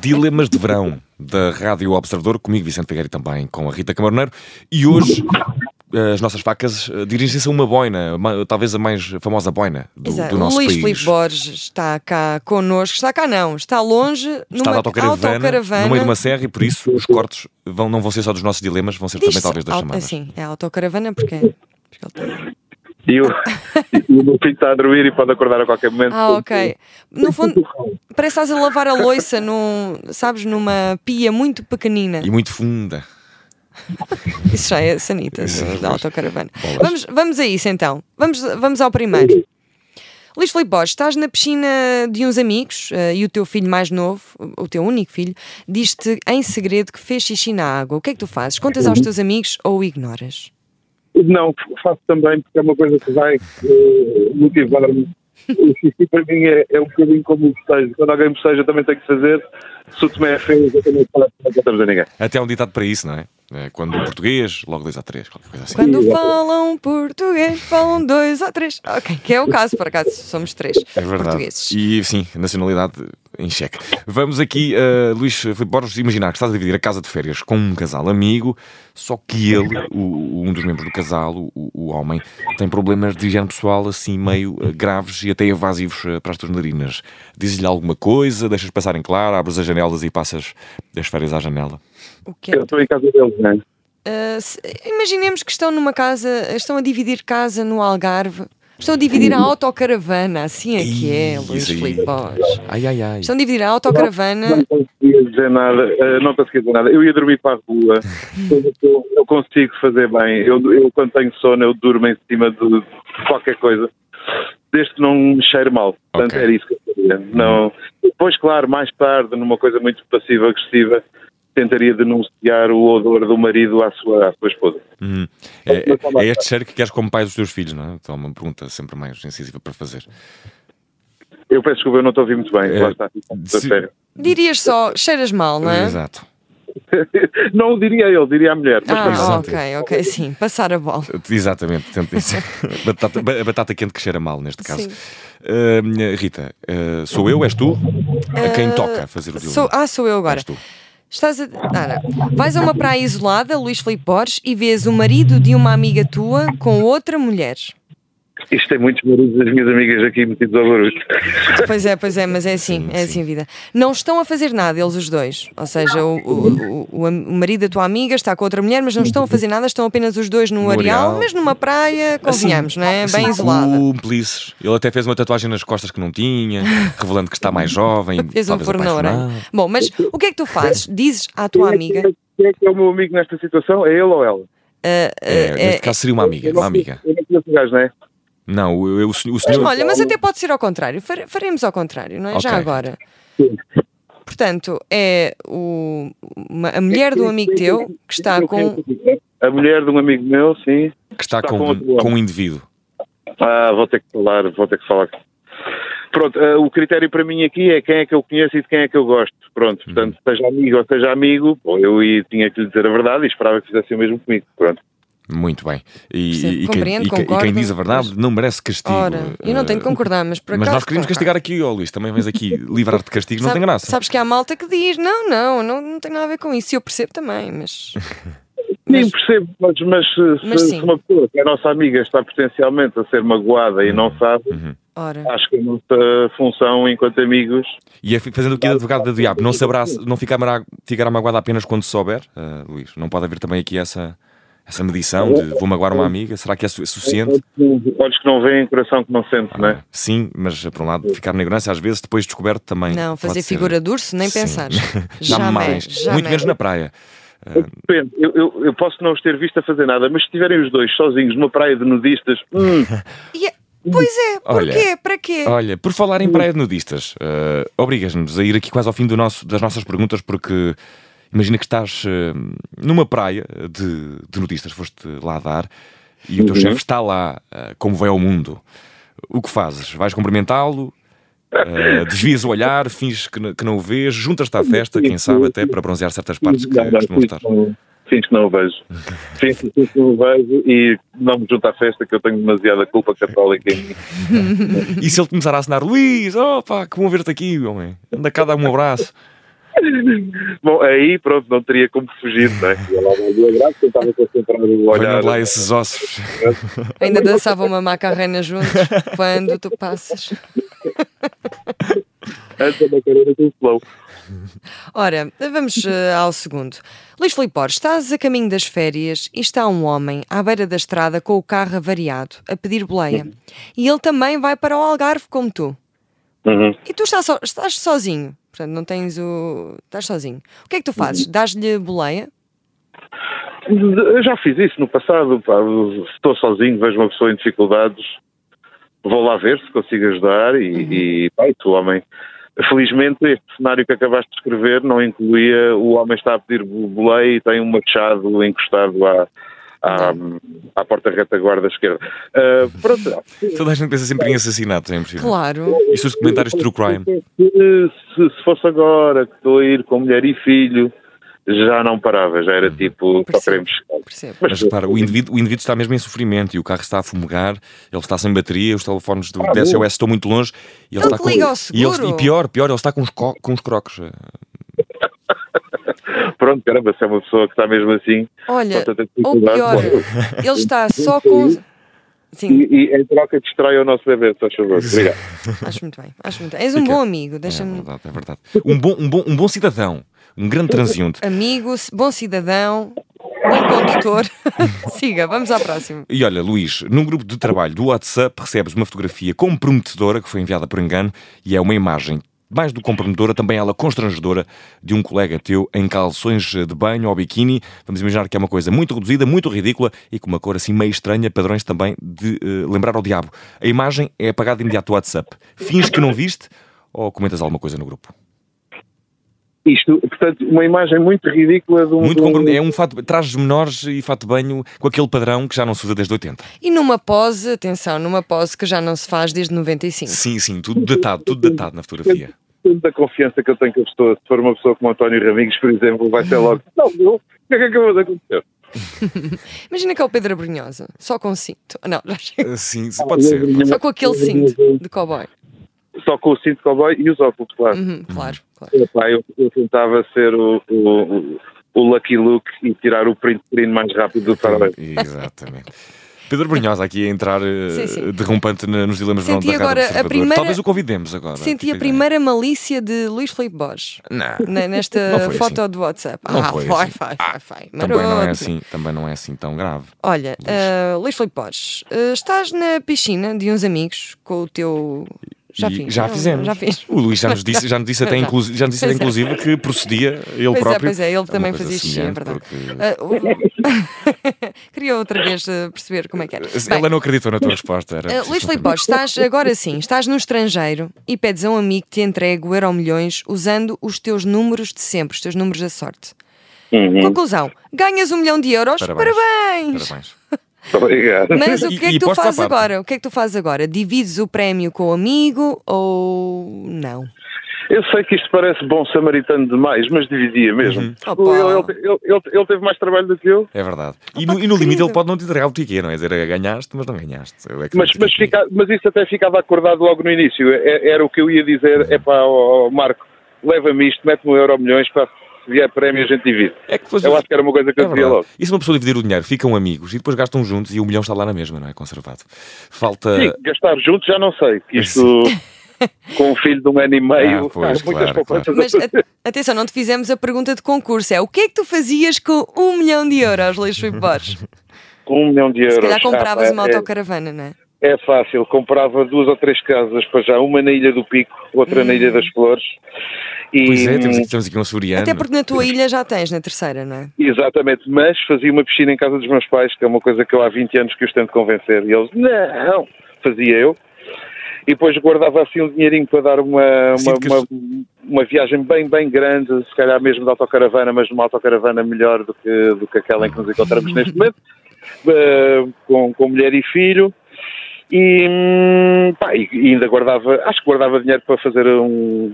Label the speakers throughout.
Speaker 1: Dilemas de Verão, da Rádio Observador, comigo Vicente Figueiredo também com a Rita Camaroneiro. E hoje eh, as nossas facas eh, dirigem-se a uma boina, ma- talvez a mais famosa boina do,
Speaker 2: Exato.
Speaker 1: do nosso
Speaker 2: Luís
Speaker 1: país.
Speaker 2: Filipe Borges está cá connosco. Está cá não, está longe
Speaker 1: Está
Speaker 2: numa
Speaker 1: na autocaravana,
Speaker 2: autocaravana.
Speaker 1: no meio de uma serra e por isso os cortes vão- não vão ser só dos nossos dilemas, vão ser também
Speaker 2: Diz-se
Speaker 1: talvez das
Speaker 2: au-
Speaker 1: chamadas.
Speaker 2: Sim, é autocaravana porque... porque ele tem-
Speaker 3: E o, e o meu filho está a dormir e pode acordar a qualquer momento.
Speaker 2: Ah, ok. No fundo, parece que estás a lavar a loiça num, sabes, numa pia muito pequenina.
Speaker 1: E muito funda.
Speaker 2: Isso já é sanitas
Speaker 1: Isso é
Speaker 2: da
Speaker 1: verdade.
Speaker 2: autocaravana. Vamos, vamos a isso então. Vamos, vamos ao primeiro. Luís Filipe Borges, estás na piscina de uns amigos eh, e o teu filho mais novo, o teu único filho, diz-te em segredo que fez xixi na água. O que é que tu fazes? Contas aos teus amigos ou o ignoras?
Speaker 3: Não, faço também porque é uma coisa que vai eh, motivar-me. O xixi para mim é, é um bocadinho como o bostejo. Quando alguém bosteja, eu também tenho que fazer. Se o Tomé é feio, eu também faço, não contamos a ninguém.
Speaker 1: Até há um ditado para isso, não é? É, Quando em português, logo dois a três, qualquer coisa assim.
Speaker 2: Quando falam português, falam dois ou três. Ok, que é o caso, por acaso somos três
Speaker 1: É verdade.
Speaker 2: portugueses.
Speaker 1: E sim, nacionalidade em cheque. Vamos aqui, eh, Luís Filipe Borges, imaginar que estás a dividir a casa de férias com um casal amigo, só que ele, o- o- um dos membros do casal, o, o homem, tem problemas de higiene pessoal assim meio eh, graves e até evasivos eh, para as tuas narinas. Dizes-lhe alguma coisa, deixas passar em claro, abres as janelas e passas as férias à janela.
Speaker 2: O que é
Speaker 3: Eu estou em casa deles, não é?
Speaker 2: Uh, se- imaginemos que estão numa casa, estão a dividir casa no Algarve, estão a dividir a autocaravana, assim é que é,
Speaker 1: Isso
Speaker 2: Luís
Speaker 1: aí.
Speaker 2: Filipe Borges.
Speaker 1: Ai, ai, ai.
Speaker 2: Estão a dividir a
Speaker 3: Não
Speaker 1: Ah.
Speaker 2: autocaravana,
Speaker 3: conseguia dizer nada, eh, não conseguia dizer nada. Eu ia dormir para a rua, coisa que eu, eu consigo fazer bem. Eu, eu, quando tenho sono, eu durmo em cima de de qualquer coisa, desde que não me cheire mal. Portanto,
Speaker 1: Ok.
Speaker 3: era isso que eu queria. Não. Depois, claro, mais tarde, numa coisa muito passiva-agressiva, tentaria denunciar o odor do marido à sua, à sua esposa.
Speaker 1: Hum. É, é- é este cheiro que queres como pai dos teus filhos, não é? Então, uma pergunta sempre mais incisiva para fazer.
Speaker 3: Eu peço desculpa, eu não estou a ouvir muito bem.
Speaker 1: Eh,
Speaker 3: Lá está, estou
Speaker 1: se-
Speaker 3: a sério.
Speaker 2: dirias só, cheiras mal, não é?
Speaker 1: Exato.
Speaker 3: Não o diria eu, diria a mulher. Mas pronto.
Speaker 2: Ah,
Speaker 1: Exato.
Speaker 2: ok, ok, sim, passar a bola.
Speaker 1: Exatamente, tento dizer. batata, ba- batata quente que cheira mal, neste caso.
Speaker 2: Sim.
Speaker 1: Ah, minha Rita, ah, sou eu, és tu? A quem toca fazer o dilema?
Speaker 2: Eh, Sou, ah, sou eu agora.
Speaker 1: És tu.
Speaker 2: Estás a. Ah, não. Vais a uma praia isolada, Luís Filipe Borges, e vês o marido de uma amiga tua com outra mulher.
Speaker 3: Isto tem muitos maridos das minhas amigas aqui metidos ao barulho.
Speaker 2: Pois é, pois é, mas é assim,
Speaker 1: Sim,
Speaker 2: é
Speaker 1: sim.
Speaker 2: assim a vida. Não estão a fazer nada, eles os dois. Ou seja, o, o- o- o am- o marido da tua amiga está com outra mulher, mas não estão a fazer nada, estão apenas os dois no,
Speaker 1: No
Speaker 2: areal,
Speaker 1: areal.
Speaker 2: mas numa praia, convenhamos, não é?
Speaker 1: Assim,
Speaker 2: Bem isolada.
Speaker 1: cúmplices. Ele até fez uma tatuagem nas costas que não tinha, revelando que está mais jovem.
Speaker 2: Fez um
Speaker 1: talvez
Speaker 2: forno na orelha.
Speaker 1: apaixonado.
Speaker 2: Bom, mas o que é que tu fazes? Dizes à tua amiga.
Speaker 3: Quem é que é o meu amigo nesta situação? É ele ou ela?
Speaker 2: ah, ah,
Speaker 1: É,
Speaker 2: é-
Speaker 1: neste caso seria uma amiga,
Speaker 3: Eu não
Speaker 1: uma amiga.
Speaker 3: conheço- Eu não conheço o gajo, não é?
Speaker 1: Não, o, o, o senhor. o
Speaker 2: mas
Speaker 1: senhor-
Speaker 2: olha, mas até pode ser ao contrário. Fare- Faremos ao contrário, não é? Já
Speaker 1: Ok.
Speaker 2: agora.
Speaker 3: Sim.
Speaker 2: Portanto, é o, uma- a mulher do amigo teu que está com.
Speaker 3: A mulher de um amigo meu, sim.
Speaker 1: que está
Speaker 3: está
Speaker 1: com,
Speaker 3: com outro
Speaker 1: com,
Speaker 3: homem.
Speaker 1: um indivíduo.
Speaker 3: Ah, vou ter que falar, vou ter que falar. Pronto, ah, o critério para mim aqui é quem é que eu conheço e de quem é que eu gosto. Pronto,
Speaker 1: Uhum.
Speaker 3: portanto, seja amigo ou seja amigo, bom, eu ia- tinha que lhe dizer a verdade e esperava que fizesse o mesmo comigo. Pronto.
Speaker 1: Muito bem. E,
Speaker 2: Percebo,
Speaker 1: e, quem-
Speaker 2: compreendo,
Speaker 1: e quem, e
Speaker 2: concordo,
Speaker 1: quem diz a verdade
Speaker 2: mas-
Speaker 1: não merece castigo.
Speaker 2: Ora, eu não tenho
Speaker 1: Ah,
Speaker 2: que concordar, mas por acaso.
Speaker 1: Mas nós queríamos
Speaker 2: pronto.
Speaker 1: castigar aqui, ó Luís. Também vens aqui livrar-te de castigos, não
Speaker 2: Sabe-
Speaker 1: tem graça.
Speaker 2: Sabes que há malta que diz: não, não, não, não tem nada a ver com isso. E eu percebo também, mas.
Speaker 3: Sim,
Speaker 2: mas-
Speaker 3: percebo, mas, mas se,
Speaker 2: Mas
Speaker 3: se-
Speaker 2: sim.
Speaker 3: se uma pessoa que é a nossa amiga está potencialmente a ser magoada e não sabe,
Speaker 1: Uhum.
Speaker 2: ora,
Speaker 3: acho que a nossa função enquanto amigos
Speaker 1: E é fi- fazendo aqui de advogado do diabo, não saberá, não ficará, ficará magoado apenas quando souber, ah, Luís? Não pode haver também aqui essa, essa medição de vou magoar uma amiga? Será que é su- suficiente?
Speaker 3: Olhos que não veem, coração que não sente,
Speaker 1: Ah.
Speaker 3: não é?
Speaker 1: Sim, mas por um lado, ficar na ignorância às vezes, depois descoberto também.
Speaker 2: não, fazer
Speaker 1: pode ser-
Speaker 2: figura de urso, nem
Speaker 1: Sim.
Speaker 2: pensar.
Speaker 1: Jamais. Muito menos na praia.
Speaker 3: Depende, eu, eu, eu posso não os ter visto a fazer nada, mas se estiverem os dois sozinhos numa praia de nudistas, hum,
Speaker 2: E é- Pois é,
Speaker 1: Olha.
Speaker 2: porquê? Para quê?
Speaker 1: Olha, por falar em praia de nudistas, eh, obrigas-nos a ir aqui quase ao fim do nosso- das nossas perguntas, porque imagina que estás eh, numa praia de, de nudistas, foste lá dar, e o teu
Speaker 3: Uhum.
Speaker 1: chefe está lá, eh, como vai ao mundo. O que fazes? Vais cumprimentá-lo, eh, desvias o olhar, finges que, n- que não o vês, juntas-te à festa, quem sabe até para bronzear certas partes que
Speaker 3: não, não,
Speaker 1: costumam estar.
Speaker 3: finge que não- finge que não o vejo. Finge finge que não o vejo e não me junto à festa que eu tenho demasiada culpa católica em mim.
Speaker 1: E se ele começar a assinar, Luís, opa, que bom ver-te aqui, homem, anda cá dá um abraço.
Speaker 3: Bom, aí pronto, não teria como fugir, não é? Ia lá dava o abraço, tentava concentrar o
Speaker 1: Venham
Speaker 3: olhar.
Speaker 1: de lá esses ossos.
Speaker 2: Ainda dançavam uma macarrena juntos quando tu passas.
Speaker 3: Antes da carreira com o flow.
Speaker 2: Ora, vamos eh, ao segundo. Luís Filipe Borges, estás a caminho das férias e está um homem à beira da estrada com o carro avariado a pedir boleia. E ele também vai para o Algarve como tu.
Speaker 3: Uhum.
Speaker 2: E tu estás, so- estás sozinho. Portanto, não tens o. Estás sozinho. O que é que tu fazes? Dás-lhe boleia?
Speaker 3: Eu já fiz isso no passado. pá. Se Estou sozinho, vejo uma pessoa em dificuldades, vou lá ver se consigo ajudar e, e pá, e tu, homem. Felizmente, este cenário que acabaste de escrever não incluía o homem está a pedir bo- boleia e tem um machado encostado à, à, à porta retaguarda esquerda. Ah, pronto.
Speaker 1: Toda a gente pensa sempre em assassinatos, é impossível.
Speaker 2: Claro.
Speaker 1: Isto os comentários de True Crime.
Speaker 3: Se, se fosse agora que estou a ir com mulher e filho, já não parava, já era tipo, só
Speaker 2: Percebo.
Speaker 3: queremos chegar.
Speaker 2: Percebo.
Speaker 1: Hum. Mas repara, o indivíduo, o indivíduo está mesmo em sofrimento e o carro está a fumegar, ele está sem bateria, os telefones do
Speaker 3: Ah,
Speaker 1: SOS estão muito longe e ele
Speaker 2: Então
Speaker 1: está
Speaker 2: que
Speaker 1: com.
Speaker 2: liga ao
Speaker 1: e, ele-
Speaker 2: seguro.
Speaker 1: e pior, pior, ele está com os, co- com os crocs. É,
Speaker 3: Pronto, caramba, se é uma pessoa que está mesmo assim,
Speaker 2: Olha,
Speaker 3: só tem
Speaker 2: É. ou
Speaker 3: dificuldade.
Speaker 2: pior,
Speaker 3: bom.
Speaker 2: ele está só com. Sim,
Speaker 3: E, e em troca distrai o nosso bebê, se faz favor. Obrigado.
Speaker 2: acho muito bem. Acho muito bem. És um bom amigo,
Speaker 1: É
Speaker 2: deixa-me.
Speaker 1: verdade, é verdade. Um bom, um bom, um bom cidadão, um grande transiunte.
Speaker 2: Amigo, bom cidadão, bom condutor. Siga, vamos ao próximo.
Speaker 1: E olha, Luís, num grupo de trabalho do WhatsApp recebes uma fotografia comprometedora que foi enviada por engano e é uma imagem, mais do que comprometedora, também ela constrangedora, de um colega teu em calções de banho ou biquíni. Vamos imaginar que é uma coisa muito reduzida, muito ridícula e com uma cor assim meio estranha, padrões também de eh, lembrar ao diabo. A imagem é apagada de imediato do WhatsApp. Fins que não viste ou comentas alguma coisa no grupo?
Speaker 3: Isto, portanto, uma imagem muito ridícula de um.
Speaker 1: Muito
Speaker 3: de um-
Speaker 1: comprometedor. É um fato, trajes menores e fato de banho com aquele padrão que já não se usa desde 80.
Speaker 2: E numa pose, atenção, numa pose que já não se faz desde 95.
Speaker 1: Sim, sim, tudo datado, tudo datado na fotografia.
Speaker 3: Tanto da confiança que eu tenho que a pessoa, se for uma pessoa como António Ramírez, por exemplo, vai ser logo. Não, não, o que é que acabou de acontecer?
Speaker 2: Imagina que é o Pedro Abrunhosa, só com cinto. Não, já chega.
Speaker 1: Sim,
Speaker 3: Ah,
Speaker 1: sim, pode ser.
Speaker 2: Só com aquele cinto de cowboy.
Speaker 3: Só com o cinto de cowboy e os óculos, claro.
Speaker 2: Uhum, claro, claro.
Speaker 3: Epá, eu, eu tentava ser o, o, o Lucky Luke e tirar o print screen mais rápido do tarde.
Speaker 1: Exatamente. Pedro Brunhosa aqui a entrar eh,
Speaker 2: Sim, sim.
Speaker 1: derrompante na- nos dilemas
Speaker 2: Senti
Speaker 1: da Rádio
Speaker 2: agora a
Speaker 1: Observador.
Speaker 2: primeira-
Speaker 1: Talvez o convidemos agora.
Speaker 2: Senti
Speaker 1: Fica
Speaker 2: a
Speaker 1: aí.
Speaker 2: primeira malícia de Luís Filipe Borges
Speaker 1: Não.
Speaker 2: ne-
Speaker 1: Não
Speaker 2: nesta
Speaker 1: foi assim.
Speaker 2: foto do WhatsApp.
Speaker 1: Não
Speaker 2: ah,
Speaker 1: foi
Speaker 2: vai,
Speaker 1: assim.
Speaker 2: vai, vai, vai.
Speaker 1: Também não é
Speaker 2: Maroto.
Speaker 1: assim, também não é assim tão grave.
Speaker 2: Olha, ah, Luís Filipe Borges, ah, estás na piscina de uns amigos com o teu. Já
Speaker 1: E
Speaker 2: fiz.
Speaker 1: Já
Speaker 2: não,
Speaker 1: fizemos.
Speaker 2: Já fiz.
Speaker 1: O Luís já nos disse, já nos disse até,
Speaker 2: Já.
Speaker 1: inclusive, já nos disse até
Speaker 2: Pois é.
Speaker 1: inclusive que procedia ele
Speaker 2: Pois é,
Speaker 1: próprio.
Speaker 2: pois é, ele
Speaker 1: Uma
Speaker 2: também
Speaker 1: coisa
Speaker 2: fazia xixi, é
Speaker 1: semelhante,
Speaker 2: verdade.
Speaker 1: porque-
Speaker 2: Ah, o- Queria outra vez ah, perceber como é que era. Bem,
Speaker 1: Ela não acreditou na tua resposta. Era
Speaker 2: Uh,
Speaker 1: preciso
Speaker 2: Luís Filipe
Speaker 1: confirmar.
Speaker 2: Borges, estás agora sim, estás no estrangeiro e pedes a um amigo que te entregue o Euro Milhões usando os teus números de sempre, os teus números da sorte.
Speaker 3: Uhum.
Speaker 2: Conclusão: ganhas um milhão de euros,
Speaker 1: Parabéns.
Speaker 2: parabéns!
Speaker 1: Parabéns.
Speaker 3: Obrigado.
Speaker 2: Mas o
Speaker 1: E-
Speaker 2: que é
Speaker 1: e
Speaker 2: que tu
Speaker 1: posto à
Speaker 2: fazes
Speaker 1: parte.
Speaker 2: agora? O que é que tu fazes agora? Divides o prémio com o amigo ou não?
Speaker 3: Eu sei que isto parece bom samaritano demais, mas dividia mesmo.
Speaker 1: Uhum.
Speaker 2: Opa.
Speaker 3: Ele, ele- ele- ele teve mais trabalho do que eu,
Speaker 1: É verdade. E
Speaker 2: Opa,
Speaker 1: no, e no
Speaker 2: que
Speaker 1: limite
Speaker 2: querido.
Speaker 1: ele pode não te entregar o tiquê, não é? Dizer, ganhaste, mas não ganhaste. Eu é que
Speaker 3: mas,
Speaker 1: não te
Speaker 3: mas,
Speaker 1: tiquei.
Speaker 3: fica- mas isso até ficava acordado logo no início. É- Era o que eu ia dizer: é pá, ó, ó, Marco, leva-me isto, mete-me um euro milhões para se vier prémio a gente divide.
Speaker 1: É que depois-
Speaker 3: Eu acho que era uma coisa que
Speaker 1: É
Speaker 3: eu queria
Speaker 1: verdade.
Speaker 3: logo.
Speaker 1: E se uma pessoa dividir o dinheiro, ficam amigos e depois gastam juntos e o milhão está lá na mesma, não é? Conservado. Falta.
Speaker 3: Sim, gastar juntos já não sei. que Isto com um filho de um ano e meio,
Speaker 1: Ah, pois,
Speaker 3: há muitas
Speaker 1: claro,
Speaker 3: poupanças
Speaker 2: Mas
Speaker 3: a fazer.
Speaker 2: a- atenção, não te fizemos a pergunta de concurso: é o que é que tu fazias com um milhão de euros, Luís Filipe Borges?
Speaker 3: Um milhão de euros.
Speaker 2: Se calhar compravas
Speaker 3: Ah,
Speaker 2: uma
Speaker 3: é- é-
Speaker 2: autocaravana, não é?
Speaker 3: É fácil, comprava duas ou três casas para já, uma na Ilha do Pico, outra
Speaker 2: Hum.
Speaker 3: na Ilha das Flores. E,
Speaker 1: Pois é, temos aqui, temos aqui um soriano.
Speaker 2: Até porque na tua ilha já tens, na terceira, não é?
Speaker 3: Exatamente, mas fazia uma piscina em casa dos meus pais, que é uma coisa que eu há 20 anos que os tento convencer. E eles, não, fazia eu. E depois guardava assim um dinheirinho para dar uma, uma,
Speaker 1: Sinto que
Speaker 3: uma, uma viagem bem, bem grande, se calhar mesmo de autocaravana, mas numa autocaravana melhor do que, do que aquela em que nos encontramos neste momento, eh, com, com mulher e filho. E, hum, pá, e e ainda guardava, acho que guardava dinheiro para fazer um,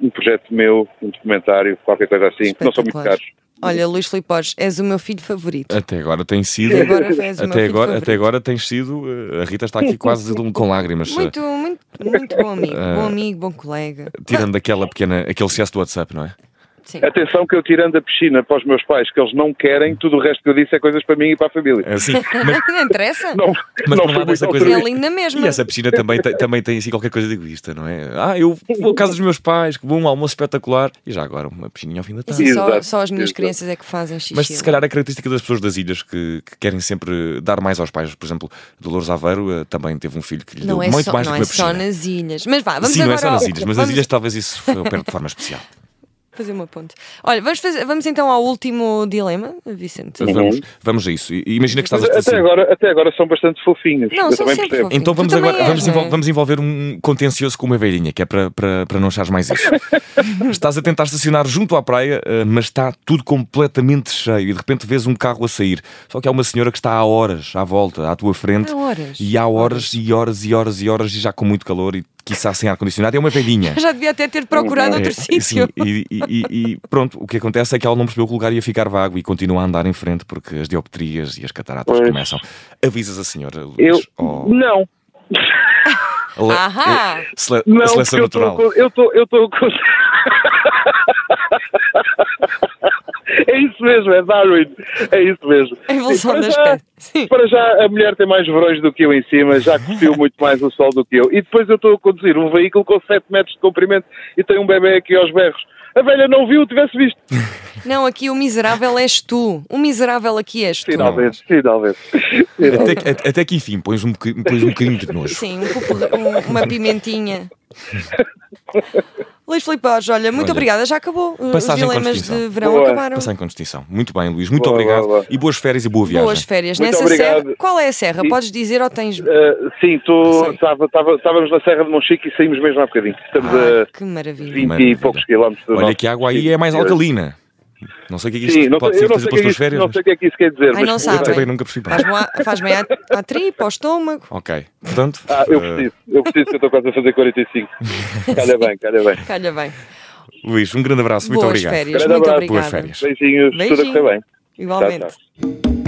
Speaker 3: um projeto meu, um documentário, qualquer coisa assim, que não são muito
Speaker 2: Espetacular.
Speaker 3: caros.
Speaker 2: Olha, Luís Filipe Borges, és o meu filho favorito.
Speaker 1: Até agora tem sido.
Speaker 2: Até agora és o meu
Speaker 1: Até
Speaker 2: filho
Speaker 1: agora,
Speaker 2: favorito.
Speaker 1: até agora tens sido. eh, A Rita está aqui quase de- com lágrimas. eh,
Speaker 2: Muito,
Speaker 1: Ah.
Speaker 2: muito, muito bom amigo. bom amigo, bom colega.
Speaker 1: Tirando aquela pequena, aquele excesso do WhatsApp, não é?
Speaker 2: Sim.
Speaker 3: Atenção que eu tirando a piscina para os meus pais, que eles não querem, tudo o resto que eu disse é coisas para mim e para a família.
Speaker 1: Assim, mas,
Speaker 2: Não interessa.
Speaker 3: Não,
Speaker 1: mas
Speaker 3: não
Speaker 1: por um
Speaker 3: foi
Speaker 1: lado essa
Speaker 3: muito
Speaker 1: coisa.
Speaker 2: É
Speaker 3: altruísta.
Speaker 2: linda mesmo.
Speaker 1: E essa piscina também, tem- também tem assim qualquer coisa de egoísta, não é? Ah, eu vou à casa dos meus pais, que bom um almoço espetacular, e já agora uma piscininha ao fim da tarde.
Speaker 2: Assim, só,
Speaker 3: Exato,
Speaker 2: só as minhas
Speaker 3: exato.
Speaker 2: crianças é que fazem xixi.
Speaker 1: Mas se calhar a característica das pessoas das ilhas que, que querem sempre dar mais aos pais, por exemplo, Dolores Aveiro eh, também teve um filho que lhe
Speaker 2: não
Speaker 1: deu
Speaker 2: é,
Speaker 1: muito
Speaker 2: só,
Speaker 1: mais do
Speaker 2: não
Speaker 1: que
Speaker 2: é
Speaker 1: uma
Speaker 2: só
Speaker 1: piscina.
Speaker 2: nas ilhas. Mas vá, vamos
Speaker 1: Sim, não é
Speaker 2: agora
Speaker 1: só
Speaker 2: ao-
Speaker 1: nas ilhas, mas nas
Speaker 2: vamos
Speaker 1: ilhas talvez isso foi opere de forma especial.
Speaker 2: fazer uma ponte. Olha, vamos, fazer- vamos então ao último dilema, Vicente.
Speaker 1: Vamos, vamos a isso. E- e Imagina que estás a
Speaker 3: Mas Uhum. Até
Speaker 1: assim.
Speaker 3: agora, até agora são bastante fofinhos.
Speaker 2: Não,
Speaker 3: eu
Speaker 2: são
Speaker 3: também
Speaker 2: sempre
Speaker 3: percebo.
Speaker 2: fofinhos.
Speaker 1: Então
Speaker 2: Tu
Speaker 1: vamos
Speaker 2: também
Speaker 1: agora
Speaker 2: és,
Speaker 1: vamos,
Speaker 2: não é?
Speaker 1: envol- vamos envolver um contencioso com uma velhinha, que é para, para, para não achares mais isso. Estás a tentar estacionar junto à praia, eh, mas está tudo completamente cheio e de repente vês um carro a sair. Só que há uma senhora que está há horas à volta, à tua frente.
Speaker 2: Há horas.
Speaker 1: E há horas e horas e horas e horas e já com muito calor e quiçá sem ar-condicionado. É uma velhinha.
Speaker 2: Eu Já devia até ter procurado outro
Speaker 1: É,
Speaker 2: sítio.
Speaker 1: sim, e, e- e- e pronto, o que acontece é que ela não percebeu que o lugar ia ficar vago e continua a andar em frente porque as dioptrias e as cataratas
Speaker 3: Pois.
Speaker 1: começam. Avisas a senhora, Luís,
Speaker 3: Eu,
Speaker 1: ou-
Speaker 3: não,
Speaker 1: Le-
Speaker 2: Ahá!
Speaker 1: eh, sele-
Speaker 3: não,
Speaker 1: seleção
Speaker 3: porque eu estou
Speaker 1: natural.
Speaker 3: com- eu estou- eu estou com. É isso mesmo, é Darwin. É isso mesmo. é,
Speaker 2: A evolução
Speaker 3: Para
Speaker 2: da
Speaker 3: já-
Speaker 2: espécie. Sim.
Speaker 3: Para já, a mulher tem mais verões do que eu em cima, já curtiu muito mais o sol do que eu. E depois eu estou a conduzir um veículo com 7 metros de comprimento e tem um bebê aqui aos berros. A velha não viu, tivesse visto.
Speaker 2: Não, aqui o miserável és tu. O miserável aqui és tu.
Speaker 3: Finalmente, finalmente.
Speaker 1: Até, que- até, até que enfim, pões um, boca- pões um bocadinho de nojo.
Speaker 2: Sim, um pouco- um- uma pimentinha. Luís Filipe Borges, olha, muito
Speaker 1: Olha,
Speaker 2: obrigada. Já acabou. Os
Speaker 1: passagem
Speaker 2: dilemas
Speaker 1: constitucional.
Speaker 2: de verão
Speaker 3: Boa.
Speaker 2: acabaram.
Speaker 1: Passar em Constituição. Muito bem, Luís, muito
Speaker 3: Boa,
Speaker 1: obrigado.
Speaker 3: boa, boa.
Speaker 1: E boas férias e boa viagem.
Speaker 2: Boas férias.
Speaker 3: Muito
Speaker 2: Nessa
Speaker 3: obrigado.
Speaker 2: serra. Qual é a serra?
Speaker 3: E-
Speaker 2: Podes dizer ou tens.
Speaker 3: Uh, sim, tô,
Speaker 2: Sim.
Speaker 3: Tava, tava, estávamos na Serra de Monchique e saímos mesmo há bocadinho. Estamos a
Speaker 2: Ah, Que maravilha.
Speaker 3: 20 e
Speaker 1: Maravilha.
Speaker 3: poucos quilómetros do
Speaker 1: Olha
Speaker 3: norte.
Speaker 1: que a água aí é mais alcalina. Não sei o que é que isto
Speaker 3: Sim, não,
Speaker 1: pode
Speaker 3: sei-
Speaker 1: ser
Speaker 3: eu não
Speaker 1: fazer
Speaker 3: sei,
Speaker 1: com as
Speaker 3: que é
Speaker 1: tuas
Speaker 3: isso,
Speaker 1: férias.
Speaker 3: não sei o que é que isso quer dizer.
Speaker 2: Ai,
Speaker 3: mas
Speaker 2: não
Speaker 1: mas eu
Speaker 2: sabem.
Speaker 1: também nunca percebi. bem.
Speaker 2: Faz, boa- faz bem à, à tripa, ao estômago.
Speaker 1: Ok. Portanto,
Speaker 3: Ah, eu
Speaker 1: eh,
Speaker 3: preciso, eu preciso que eu estou quase a fazer 45. calha bem, calha bem.
Speaker 2: Calha bem.
Speaker 1: Luís, um grande abraço. muito
Speaker 2: Boas
Speaker 1: obrigado.
Speaker 2: férias.
Speaker 3: Grande
Speaker 2: muito
Speaker 3: abraço.
Speaker 2: obrigada.
Speaker 1: Boas férias.
Speaker 3: Beijinhos, tudo a
Speaker 2: Beijinho.
Speaker 3: correr bem.
Speaker 2: Igualmente.
Speaker 3: Tchau, tchau.